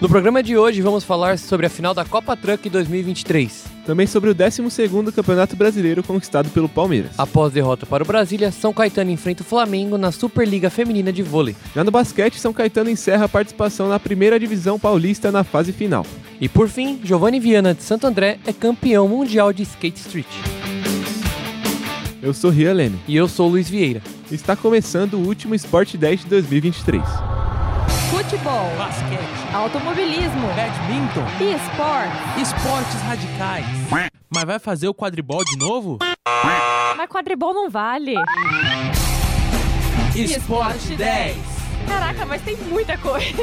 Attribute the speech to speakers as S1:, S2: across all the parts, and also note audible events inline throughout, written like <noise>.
S1: No programa de hoje vamos falar sobre a final da Copa Truck 2023.
S2: Também sobre o 12º Campeonato Brasileiro conquistado pelo Palmeiras.
S1: Após derrota para o Brasília, São Caetano enfrenta o Flamengo na Superliga Feminina de Vôlei.
S2: Já no basquete, São Caetano encerra a participação na Primeira Divisão Paulista na fase final.
S1: E por fim, Giovanni Viana de Santo André é campeão mundial de skate street.
S2: Eu sou Rian Leme.
S1: E eu sou Luiz Vieira.
S2: Está começando o último Sport 10 de 2023.
S3: Futebol,
S4: basquete,
S3: automobilismo
S4: badminton,
S3: e esportes.
S4: esportes radicais. Mas vai fazer o quadribol de novo?
S3: Mas quadribol não vale.
S4: Esporte 10.
S3: Caraca, mas tem muita coisa.
S4: Hoje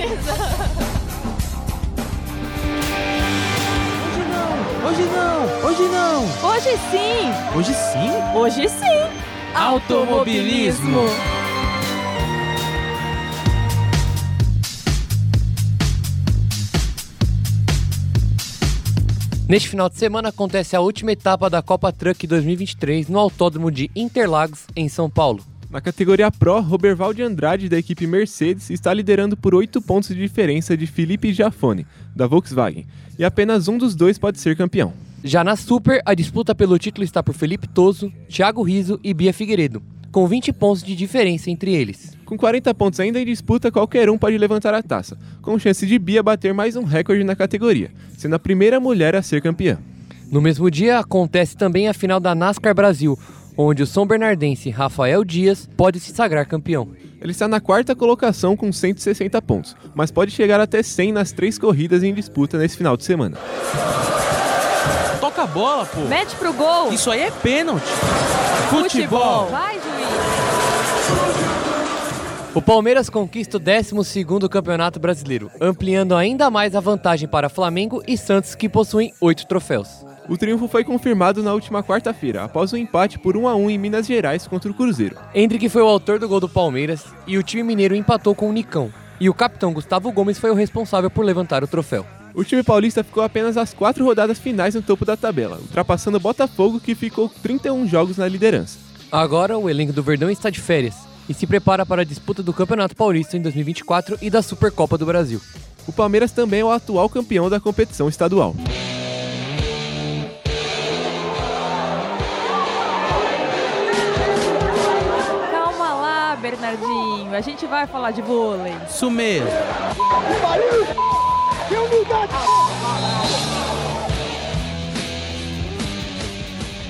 S4: não, hoje não, hoje não.
S3: Hoje sim.
S4: Hoje sim?
S3: Hoje sim.
S4: Automobilismo.
S1: Neste final de semana acontece a última etapa da Copa Truck 2023 no Autódromo de Interlagos, em São Paulo.
S2: Na categoria Pro, Roberval de Andrade, da equipe Mercedes, está liderando por 8 pontos de diferença de Felipe Giafone, da Volkswagen, e apenas um dos dois pode ser campeão.
S1: Já na Super, a disputa pelo título está por Felipe Toso, Thiago Riso e Bia Figueiredo, com 20 pontos de diferença entre eles.
S2: Com 40 pontos ainda em disputa, qualquer um pode levantar a taça, com chance de Bia bater mais um recorde na categoria, sendo a primeira mulher a ser campeã.
S1: No mesmo dia, acontece também a final da NASCAR Brasil, onde o São Bernardense Rafael Dias pode se sagrar campeão.
S2: Ele está na quarta colocação com 160 pontos, mas pode chegar até 100 nas três corridas em disputa nesse final de semana.
S4: Toca a bola, pô.
S3: Mete pro gol.
S4: Isso aí é pênalti. Futebol.
S3: Vai, juiz.
S1: O Palmeiras conquista o 12º Campeonato Brasileiro, ampliando ainda mais a vantagem para Flamengo e Santos, que possuem 8 troféus.
S2: O triunfo foi confirmado na última quarta-feira, após um empate por 1 a 1 em Minas Gerais contra o Cruzeiro.
S1: Hendrick foi o autor do gol do Palmeiras e o time mineiro empatou com o Nicão. E o capitão Gustavo Gomes foi o responsável por levantar o troféu.
S2: O time paulista ficou apenas às quatro rodadas finais no topo da tabela, ultrapassando o Botafogo, que ficou 31 jogos na liderança.
S1: Agora, o elenco do Verdão está de férias e se prepara para a disputa do Campeonato Paulista em 2024 e da Supercopa do Brasil.
S2: O Palmeiras também é o atual campeão da competição estadual.
S3: Calma lá, Bernardinho. A gente vai falar de vôlei.
S4: Isso mesmo.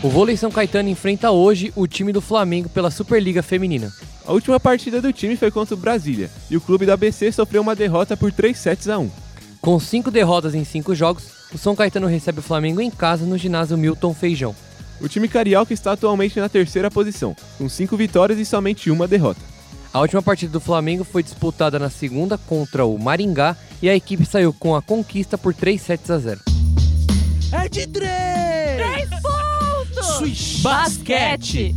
S1: O vôlei São Caetano enfrenta hoje o time do Flamengo pela Superliga Feminina.
S2: A última partida do time foi contra o Brasília, e o clube da ABC sofreu uma derrota por 3 sets a 1.
S1: Com cinco derrotas em cinco jogos, o São Caetano recebe o Flamengo em casa no ginásio Milton Feijão.
S2: O time carioca está atualmente na terceira posição, com cinco vitórias e somente uma derrota.
S1: A última partida do Flamengo foi disputada na segunda contra o Maringá e a equipe saiu com a conquista por 3 sets a 0.
S4: É de três.
S3: Três pontos.
S4: Swish. Basquete.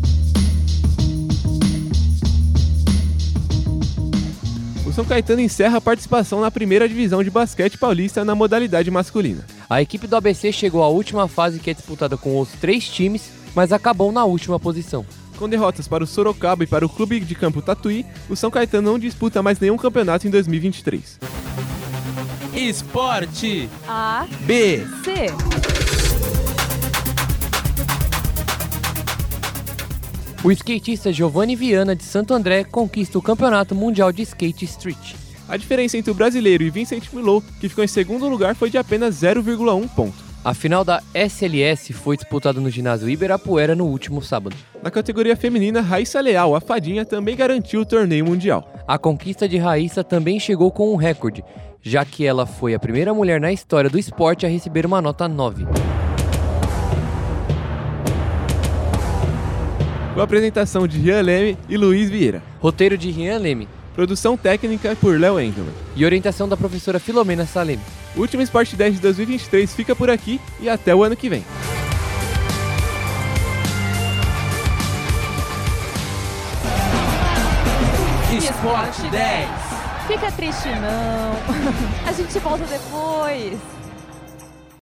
S2: O São Caetano encerra a participação na primeira divisão de basquete paulista na modalidade masculina.
S1: A equipe do ABC chegou à última fase que é disputada com os três times, mas acabou na última posição.
S2: Com derrotas para o Sorocaba e para o Clube de Campo Tatuí, o São Caetano não disputa mais nenhum campeonato em 2023.
S4: Esporte
S3: A,
S4: B.
S3: C.
S1: O skatista Giovanni Viana de Santo André conquista o Campeonato Mundial de Skate Street.
S2: A diferença entre o brasileiro e Vincent Milou, que ficou em segundo lugar, foi de apenas 0,1 ponto.
S1: A final da SLS foi disputada no ginásio Ibirapuera no último sábado.
S2: Na categoria feminina, Raíssa Leal, a fadinha, também garantiu o torneio mundial.
S1: A conquista de Raíssa também chegou com um recorde, já que ela foi a primeira mulher na história do esporte a receber uma nota 9.
S2: Com a apresentação de Rian Leme e Luiz Vieira.
S1: Roteiro de Rian Leme
S2: Produção técnica por Léo Engelman.
S1: e orientação da professora Filomena Saleme.
S2: O último Sport 10 de 2023 fica por aqui e até o ano que vem.
S4: Esporte 10.
S3: <laughs> Fica triste, não. A gente volta depois.